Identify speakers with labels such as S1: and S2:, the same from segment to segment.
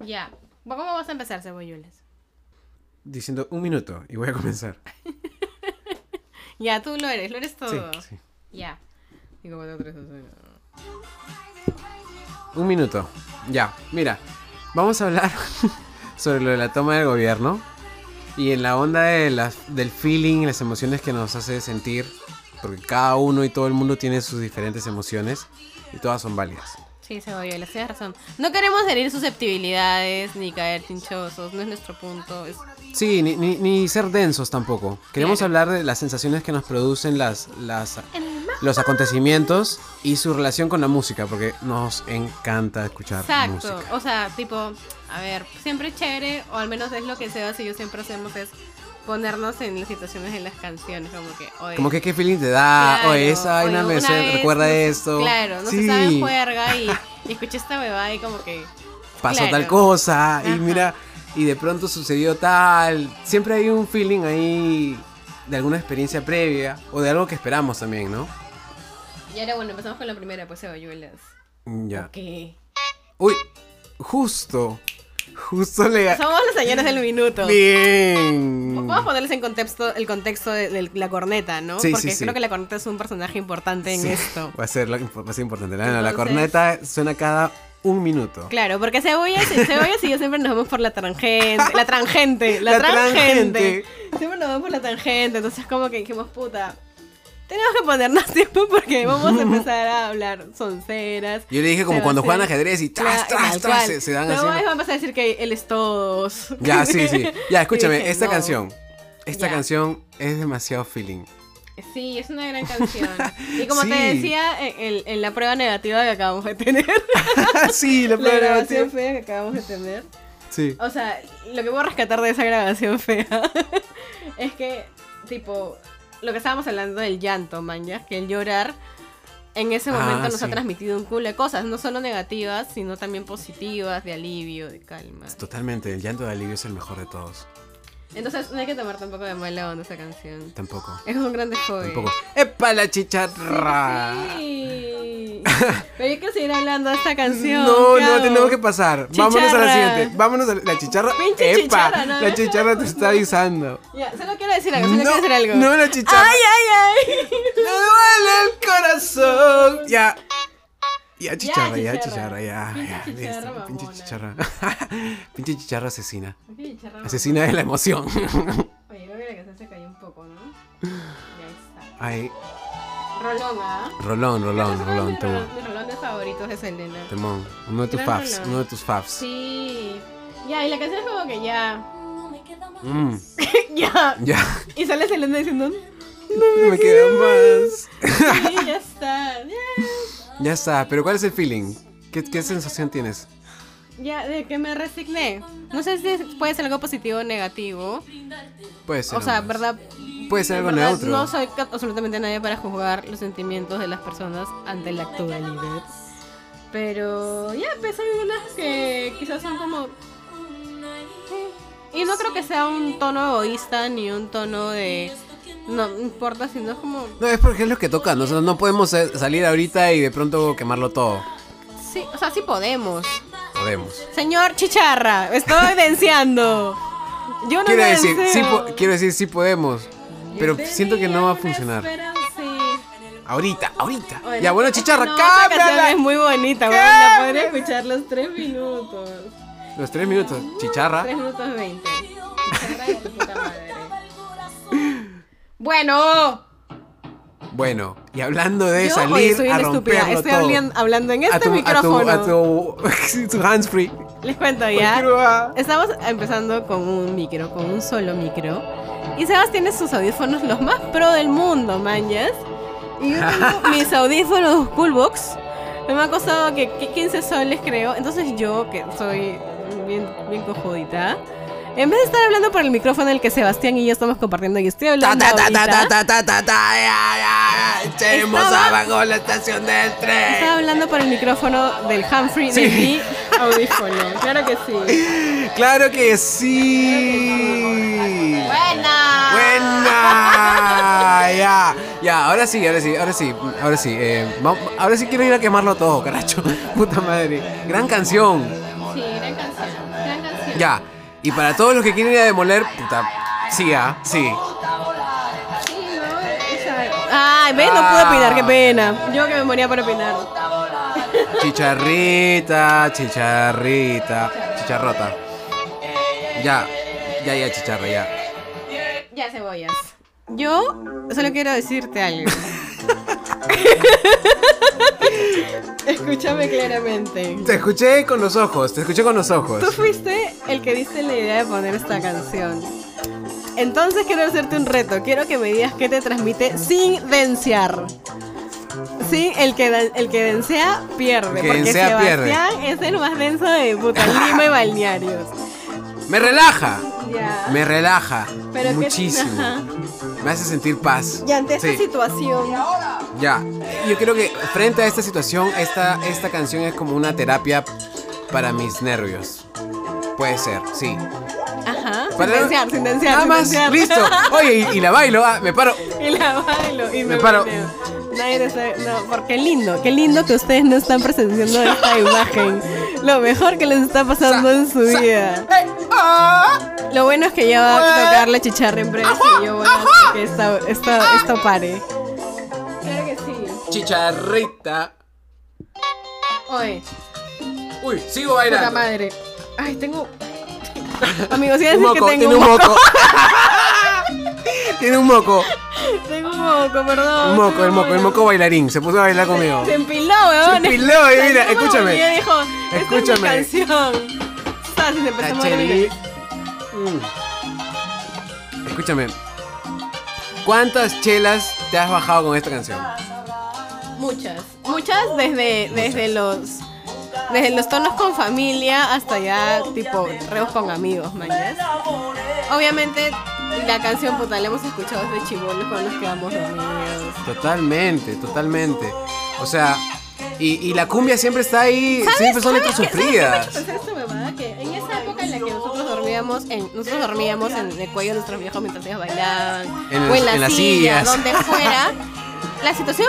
S1: Ya. ¿Cómo vas a empezar, cebollules?
S2: Diciendo un minuto y voy a comenzar.
S1: Ya, tú lo eres, lo eres
S2: Sí,
S1: todo.
S2: sí.
S1: Ya. Digo, cuatro, tres, dos, uno.
S2: Un minuto. Ya, mira. Vamos a hablar sobre lo de la toma del gobierno. Y en la onda de las, del feeling, las emociones que nos hace sentir. Porque cada uno y todo el mundo tiene sus diferentes emociones. Y todas son válidas.
S1: Sí, cebollules, tienes razón. No queremos herir susceptibilidades ni caer pinchosos, no es nuestro punto. Es...
S2: Sí, ni, ni- ni ser densos tampoco. Queremos
S1: Claro.
S2: hablar de las sensaciones que nos producen las, las, los acontecimientos y su relación con la música, porque nos encanta escuchar
S1: Exacto,
S2: música.
S1: o sea, tipo, a ver, siempre es chévere, o al menos es lo que Sebas y yo siempre hacemos, es ponernos en las situaciones de las canciones, como que, oye,
S2: Como que qué feeling te da,
S1: claro,
S2: oye, esa vaina
S1: oye,
S2: me
S1: una
S2: hace-
S1: vez,
S2: recuerda
S1: no sé,
S2: esto.
S1: Claro, no
S2: sí,
S1: se sabe en juerga y, y escuché esta bebada y como que,
S2: pasó
S1: claro.
S2: tal cosa,
S1: Ajá.
S2: y mira, y de pronto sucedió tal. Siempre hay un feeling ahí de alguna experiencia previa o de algo que esperamos también, ¿no?
S1: y ahora bueno, empezamos con la primera, pues cebolluelas.
S2: Mm, Ya.
S1: Ok.
S2: Uy, justo, justo le,
S1: Somos los señores del minuto.
S2: Bien.
S1: Vamos a ponerles en contexto el contexto de, de la corneta, ¿no?
S2: Sí, sí,
S1: Porque
S2: sí.
S1: creo que la corneta es un personaje importante en
S2: Sí,
S1: esto.
S2: Va a ser, lo impo- va a ser importante. La, la
S1: Entonces-
S2: corneta suena cada un minuto.
S1: Claro, porque cebollas, y- cebollas y yo siempre nos vamos por la tangente. La tangente, la,
S2: La
S1: tangente.
S2: tangente.
S1: Siempre nos vamos por la tangente, entonces como que dijimos, puta, tenemos que ponernos tiempo porque vamos a empezar a hablar sonceras.
S2: Yo le dije
S1: Se
S2: como
S1: va
S2: cuando
S1: a
S2: juegan
S1: hacer-
S2: ajedrez y
S1: Claro,
S2: tras, tras,
S1: tal
S2: tras,
S1: cual.
S2: se, se dan
S1: Luego
S2: así.
S1: ahí vas a decir que él es todos.
S2: Ya, sí, sí. Ya, escúchame,
S1: Y dije,
S2: esta
S1: no.
S2: canción. Esta
S1: Ya.
S2: canción es demasiado feeling.
S1: Sí, es una gran canción. Y como te
S2: Sí.
S1: decía, en, en- en la prueba negativa que acabamos de tener,
S2: sí, la
S1: la
S2: palabra
S1: grabación fea que acabamos de tener.
S2: Sí.
S1: O sea, lo que puedo rescatar de esa grabación fea es que, tipo, lo que estábamos hablando del llanto, man, ya, que el llorar en ese
S2: Ah,
S1: momento nos ha
S2: sí.
S1: transmitido un culo de cosas, no solo negativas, sino también positivas, de alivio, de calma.
S2: Totalmente, el llanto de alivio es el mejor de todos.
S1: Entonces, no hay que tomar tampoco de mala onda esa canción.
S2: Tampoco.
S1: Es un gran desfogue.
S2: Tampoco. ¡Epa la chicharra!
S1: Sí. Pero yo quiero seguir hablando de esta canción.
S2: No,
S1: ¿qué
S2: no,
S1: hago?
S2: tenemos que pasar. Vámonos a la
S1: Chicharra.
S2: siguiente. Vámonos a la, la chicharra.
S1: Pinche
S2: ¡Epa!
S1: chicharra, no,
S2: La
S1: no.
S2: chicharra te está avisando.
S1: Ya, solo quiero decir algo, solo quiero decir algo.
S2: no, la chicharra.
S1: ¡Ay, ay, ay!
S2: Me duele el corazón. Ya. Ya, chicharra, ya,
S1: chicharra.
S2: chicharra, ya. ya,
S1: Pinche
S2: listo,
S1: chicharra
S2: pinche
S1: mamona.
S2: chicharra. pinche chicharra asesina.
S1: Oye, charra,
S2: Asesina de la emoción.
S1: Oye, creo que la canción se cayó un poco, ¿no? Ya está.
S2: Ay,
S1: Rolón, ¿ah?
S2: Rolón, Rolón,
S1: Esos son
S2: Rolón,
S1: mis
S2: temón.
S1: rolo- Mis rolones favoritos de Selena.
S2: Temón. Uno de tus
S1: Gran
S2: faves,
S1: rolón.
S2: uno de tus faves.
S1: Sí. Ya, y la canción es como que ya.
S2: Mm,
S1: ya.
S2: ya,
S1: Y sale Selena diciendo. "Mm,
S2: no me queda más.
S1: Sí, ya está. Ya.
S2: Ya está, pero ¿cuál es el feeling? ¿Qué, qué sensación tienes?
S1: Ya, de que me resigné. No sé si es- puede ser algo positivo o negativo.
S2: Puede ser.
S1: O sea,
S2: ambas.
S1: ¿verdad?
S2: Puede ser
S1: en
S2: algo
S1: verdad,
S2: neutro.
S1: No soy ca- absolutamente nadie para juzgar los sentimientos de las personas ante la actualidad. Pero ya, pues hay unas que quizás son como... eh, Y no creo que sea un tono egoísta ni un tono de... No importa, sino es como...
S2: No, es porque es lo que toca. No, O sea, no podemos eh, salir ahorita y de pronto quemarlo todo.
S1: Sí, o sea, sí podemos.
S2: Podemos.
S1: Señor Chicharra, estoy denunciando. Yo no
S2: Quiero decir,
S1: denceo.
S2: sí po- quiero decir, sí podemos. Pero siento que no va a funcionar. Ahorita, ahorita. Ya, bueno, chicharra,
S1: cámbiala.
S2: cámbiala.
S1: Es muy bonita, bueno, la podría escuchar los 3 minutos.
S2: Los tres minutos. Chicharra.
S1: 3 minutos 20. Chicharra de tu puta madre. Bueno,
S2: Bueno, y hablando de
S1: yo oye,
S2: salir
S1: soy
S2: a
S1: una estúpida.
S2: romperlo
S1: Estoy
S2: todo.
S1: hablando, hablando en
S2: a
S1: este
S2: tu, a tu,
S1: micrófono.
S2: a tu, tu handsfree.
S1: Les cuento ya. Estamos empezando con un micro, con un solo micro. Y Sebas tiene sus audífonos los más pro del mundo, mañas. Y yo tengo mis audífonos Coolbox. Me ha costado que, que 15 soles, creo. Entonces yo, que soy bien, bien cojudita, en vez de estar hablando por el micrófono el que Sebastián y yo estamos compartiendo, y estoy
S2: Ta,
S1: hablando
S2: ta, ta, ta, ta,
S1: ahorita,
S2: ta, ta, ta, ta, ya, ya, ya. Echemos
S1: Estaba-
S2: abajo la estación del
S1: estaba
S2: tren.
S1: hablando por el micrófono del Humphrey de mi audífono. Claro que sí.
S2: Claro que sí.
S1: ¡Buena!
S2: Buena. Ya, ya, ahora sí, ahora sí, ahora sí, ahora sí. eh, va- ahora sí quiero ir a quemarlo todo, caracho. Puta madre. Gran canción.
S1: Sí, gran canción. canción, gran canción.
S2: Ya. Y para todos los que quieren ir a demoler, puta. Sí, ah, sí.
S1: Sí, ¿no? Esa- Ay, ¿ves? No pude opinar, qué pena. Yo que me moría por opinar.
S2: Chicharrita, chicharrita, chicharrota. Ya, ya, ya, chicharra, ya.
S1: Ya, cebollas. Yo solo quiero decirte algo. Escúchame claramente.
S2: Te escuché con los ojos, te escuché con los
S1: Tú
S2: ojos.
S1: fuiste el que diste la idea de poner esta canción. Entonces quiero hacerte un reto. Quiero que me digas qué te transmite sin denciar. Sí, el que, da- el que densea pierde.
S2: El que
S1: porque
S2: densea, pierde.
S1: Sebastián es el más denso de puta Lima y balnearios.
S2: Me relaja,
S1: Ya.
S2: me relaja
S1: Pero qué-
S2: muchísimo.
S1: ajá.
S2: Me hace sentir paz.
S1: Y ante esta
S2: Sí,
S1: situación.
S2: Ya, yo creo que frente a esta situación, esta, esta canción es como una terapia para mis nervios. Puede ser, sí.
S1: Ajá. Sin
S2: Para-
S1: denciar, sin denciar.
S2: Nada
S1: sin
S2: más,
S1: denciar.
S2: listo. Oye, y, y la bailo, ah, me paro.
S1: Y la bailo y me,
S2: Me paro.
S1: volteo. Nadie lo sabe- No, porque lindo, qué lindo que ustedes no están presenciando esta imagen. Lo mejor que les está pasando en su
S2: Sa-
S1: vida.
S2: Eh, ah.
S1: Lo bueno es que ya va a
S2: Eh.
S1: tocar la chicharra en breve y yo voy a hacer que esta- esta- esto pare. Claro que sí.
S2: Chicharrita.
S1: Oye,
S2: Uy, sigo
S1: puta
S2: bailando.
S1: madre. Ay, tengo. Amigos, iba a decir
S2: Un moco,
S1: que
S2: tiene
S1: tengo
S2: un moco. tiene un moco.
S1: Tengo un moco, perdón.
S2: Un moco, el moco, el
S1: perdón.
S2: moco bailarín. Se puso a bailar conmigo.
S1: Se empiló, weón.
S2: Se empiló, y mira,
S1: Ay, ¿cómo
S2: escúchame.
S1: volvió? Dijo, Esta
S2: Escúchame.
S1: es mi canción. Fácil, empezó a morir.
S2: Cacheli. Mm. Escúchame. ¿Cuántas chelas te has bajado con esta canción?
S1: Muchas. Muchas desde, desde los. Desde los tonos con familia hasta ya tipo reos con amigos, mañas. Obviamente la canción puta la hemos escuchado desde chibolos con los que vamos dormidos.
S2: Totalmente, totalmente. O sea, y, y la cumbia siempre está ahí, siempre son letras
S1: ¿Sabes qué me ha hecho
S2: sufridas.
S1: pensar Pues esta huevada? Que en esa época en la que nosotros dormíamos en, nosotros dormíamos en el cuello de nuestros viejos mientras ellos bailaban,
S2: En
S1: o
S2: los-
S1: en la
S2: en las
S1: silla,
S2: sillas.
S1: donde fuera, la situación,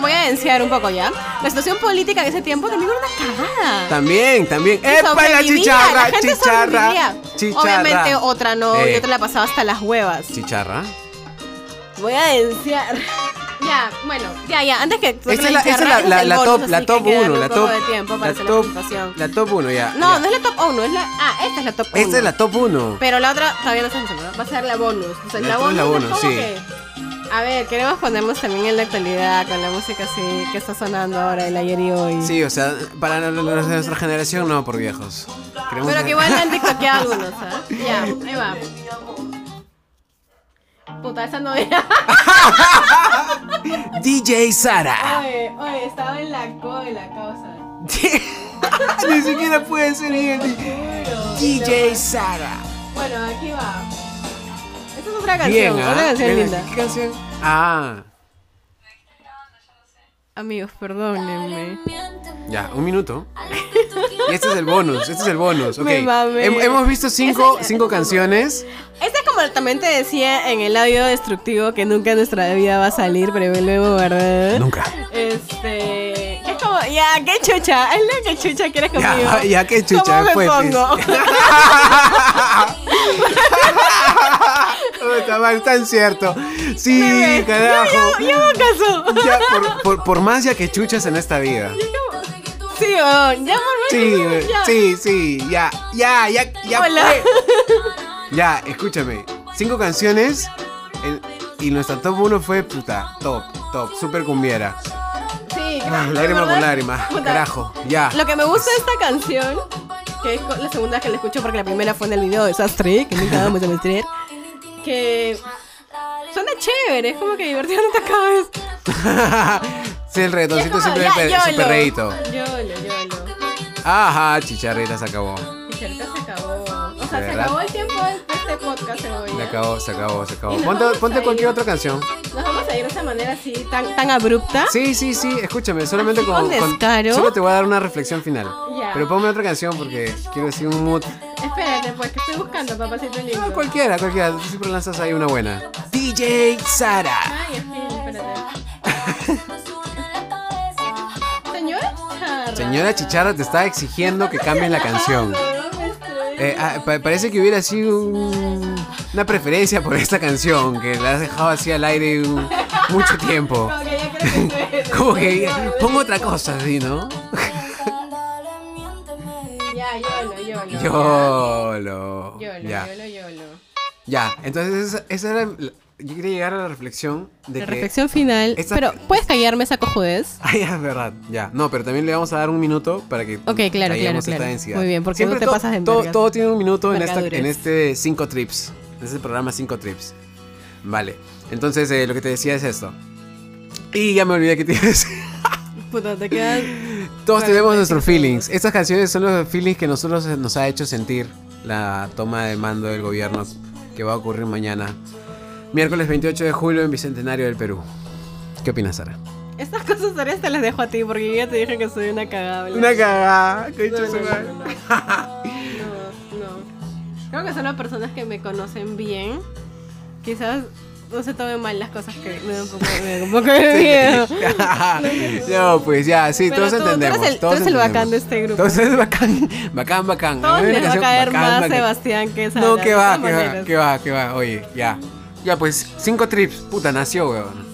S1: voy a denunciar un poco ya, la situación política de ese tiempo también era una cagada.
S2: También, también.
S1: Y
S2: ¡Epa, la
S1: sobrevivía,
S2: chicharra!
S1: la gente
S2: chicharra,
S1: sobrevivía.
S2: chicharra.
S1: Obviamente otra no,
S2: Eh,
S1: y otra la pasaba hasta las huevas.
S2: Chicharra.
S1: Voy a denunciar. Ya, bueno, ya, ya, antes que...
S2: Esta es la, esta es la- la- la top, la top 1, la top, la top, la top 1 ya.
S1: No,
S2: ya.
S1: no es la top 1, es la. Ah, esta es la top 1.
S2: Esta es la top 1.
S1: Pero la otra todavía no se mencionó. Va a ser la bonus. O sea,
S2: La
S1: la,
S2: otra
S1: bonus.
S2: es la bonus,
S1: es como
S2: sí.
S1: que- A ver, queremos ponernos también en la actualidad con la música así que está sonando ahora, el ayer y hoy.
S2: Sí, o sea, para la- la- la- nuestra generación no, por viejos. Queremos-
S1: Pero que igual le han tiktokeado algunos, ¿ah? Ya, ahí va. Puta, esa no era.
S2: DJ Sara.
S1: Oye, oye, estaba en la cola, causa.
S2: Ni siquiera puede ser bien.
S1: Juro.
S2: DJ Sara.
S1: Bueno, aquí va. Esta es otra canción,
S2: Bien, ¿ah?
S1: otra canción
S2: Bien,
S1: linda.
S2: ¿Qué canción? Ah,
S1: Amigos, perdónenme.
S2: ya, un minuto. Y este es el bonus, este es el bonus. ok.
S1: Me mamé.
S2: Hem- hemos visto cinco,
S1: Esa-
S2: cinco canciones.
S1: Este es como también te decía en el audio destructivo que nunca en nuestra vida va a salir, pero luego, ¿verdad?
S2: Nunca.
S1: Este. Es como, ya, qué chucha. Es lo que chucha quieres conmigo.
S2: Ya, ya qué chucha
S1: ¿Cómo me
S2: fue. pues?
S1: pongo?
S2: Puta madre, tan cierto.
S1: Bebé,
S2: Sí, carajo.
S1: Yo, yo, yo me caso.
S2: Ya, por, por- por más ya que chuchas en esta vida.
S1: Sí, weón, ya por
S2: Sí,
S1: menos, ya.
S2: sí, sí, ya, ya, ya, ya.
S1: Hola.
S2: fue. Ya, escúchame. Cinco canciones en- y nuestra top 1 fue puta, top, top, super cumbiera.
S1: Sí,
S2: Ah,
S1: de
S2: lágrima
S1: verdad,
S2: con lágrima,
S1: puta,
S2: carajo, Ah. ya.
S1: Lo que me gusta de esta canción, que es la segunda que la escucho porque la primera fue en el video desastre, que nunca vamos a meter, que suena chévere, es como que divertido no te acabes.
S2: sí, el
S1: Y es
S2: reggaetoncito
S1: como,
S2: siempre
S1: ya,
S2: pe-
S1: YOLO.
S2: super reíto.
S1: YOLO, YOLO.
S2: Ajá, chicharrita se acabó.
S1: Y que ahorita se acabó. O sea,
S2: De
S1: se
S2: verdad.
S1: acabó el tiempo de de este podcast hoy.
S2: Se acabó, se acabó, se
S1: Y
S2: acabó.
S1: nos
S2: Ponte,
S1: vamos a
S2: ponte
S1: ir.
S2: cualquier otra canción.
S1: Nos vamos a ir de esa manera así, tan, tan abrupta.
S2: Sí, sí, sí, escúchame, solamente
S1: Así
S2: con,
S1: con descaro.
S2: Solo te voy a dar una reflexión final.
S1: Ya.
S2: Pero ponme otra canción porque quiero decir un mood.
S1: Espérate, pues, que estoy buscando, papacito lindo.
S2: Ah, cualquiera, cualquiera. Tú siempre lanzas ahí una buena. DJ Sara.
S1: Ay, es que, espérate. Señora Chicharra.
S2: Señora Chicharra te está exigiendo que cambien la canción.
S1: Ay,
S2: Eh, ah, pa- parece que hubiera sido un- una preferencia por esta canción, que la has dejado así al aire un- mucho tiempo.
S1: Como que ya creo que tú eres.
S2: Como que pongo otra cosa así, ¿no?
S1: Ya, yolo, yolo.
S2: Yolo.
S1: Yolo,
S2: Ya,
S1: yolo, yolo.
S2: ya. Entonces, esa, esa era. la- yo quería llegar a la reflexión de
S1: La
S2: que.
S1: reflexión final.
S2: Esa-
S1: Pero, ¿puedes callarme esa cojudez?
S2: Ah, ya, es verdad. Ya. No, pero también le vamos a dar un minuto para que.
S1: Ok, claro, claro,
S2: traigamos
S1: claro.
S2: esta densidad.
S1: Muy bien, porque no te
S2: to-
S1: pasas de
S2: todo,
S1: vergas.
S2: todo tiene un minuto en, esta,
S1: Vergaduras.
S2: en este 5 trips. En este programa 5 trips. Vale. Entonces, eh, lo que te decía es esto. Y ya me olvidé que tienes.
S1: Puta, te quedas.
S2: Todos
S1: Claro,
S2: tenemos
S1: sí,
S2: nuestros
S1: sí, sí.
S2: feelings. Estas canciones son los feelings que nosotros nos ha hecho sentir la toma de mando del gobierno que va a ocurrir mañana, miércoles 28 de julio en Bicentenario del Perú. ¿Qué opinas, Sara?
S1: Estas cosas ahora te las dejo a ti porque yo ya te dije que soy una cagable.
S2: cagada,
S1: No, no, no, no. No, no. Creo que son las personas que me conocen bien. Quizás no se tomen mal las cosas que me da un poco, me da un poco de miedo.
S2: No, pues ya, sí,
S1: Pero
S2: todos
S1: tú- tú eres
S2: entendemos.
S1: el- tú
S2: todos
S1: eres el
S2: entendemos.
S1: bacán de este grupo.
S2: Todos eres bacán, bacán, bacán.
S1: Todos
S2: A mí me
S1: les va a
S2: pareció
S1: caer
S2: bacán,
S1: más
S2: bacán.
S1: Sebastián que Sara.
S2: No, que
S1: de
S2: va,
S1: todas
S2: que va,
S1: maneras.
S2: que va, que va. Oye, ya. Ya, pues, cinco trips. Puta, nació, weón.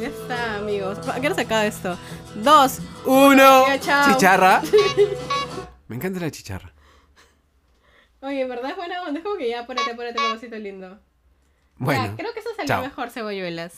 S1: Ya está, amigos. ¿A qué hora se acaba esto? Dos.
S2: Uno.
S1: Ya, chao.
S2: Chicharra. Me encanta la chicharra.
S1: Oye, en verdad es buena onda. Es como que ya, apúrate, apúrate, papacito lindo.
S2: Bueno.
S1: Ya, creo que eso salió
S2: chao.
S1: mejor, cebolluelas.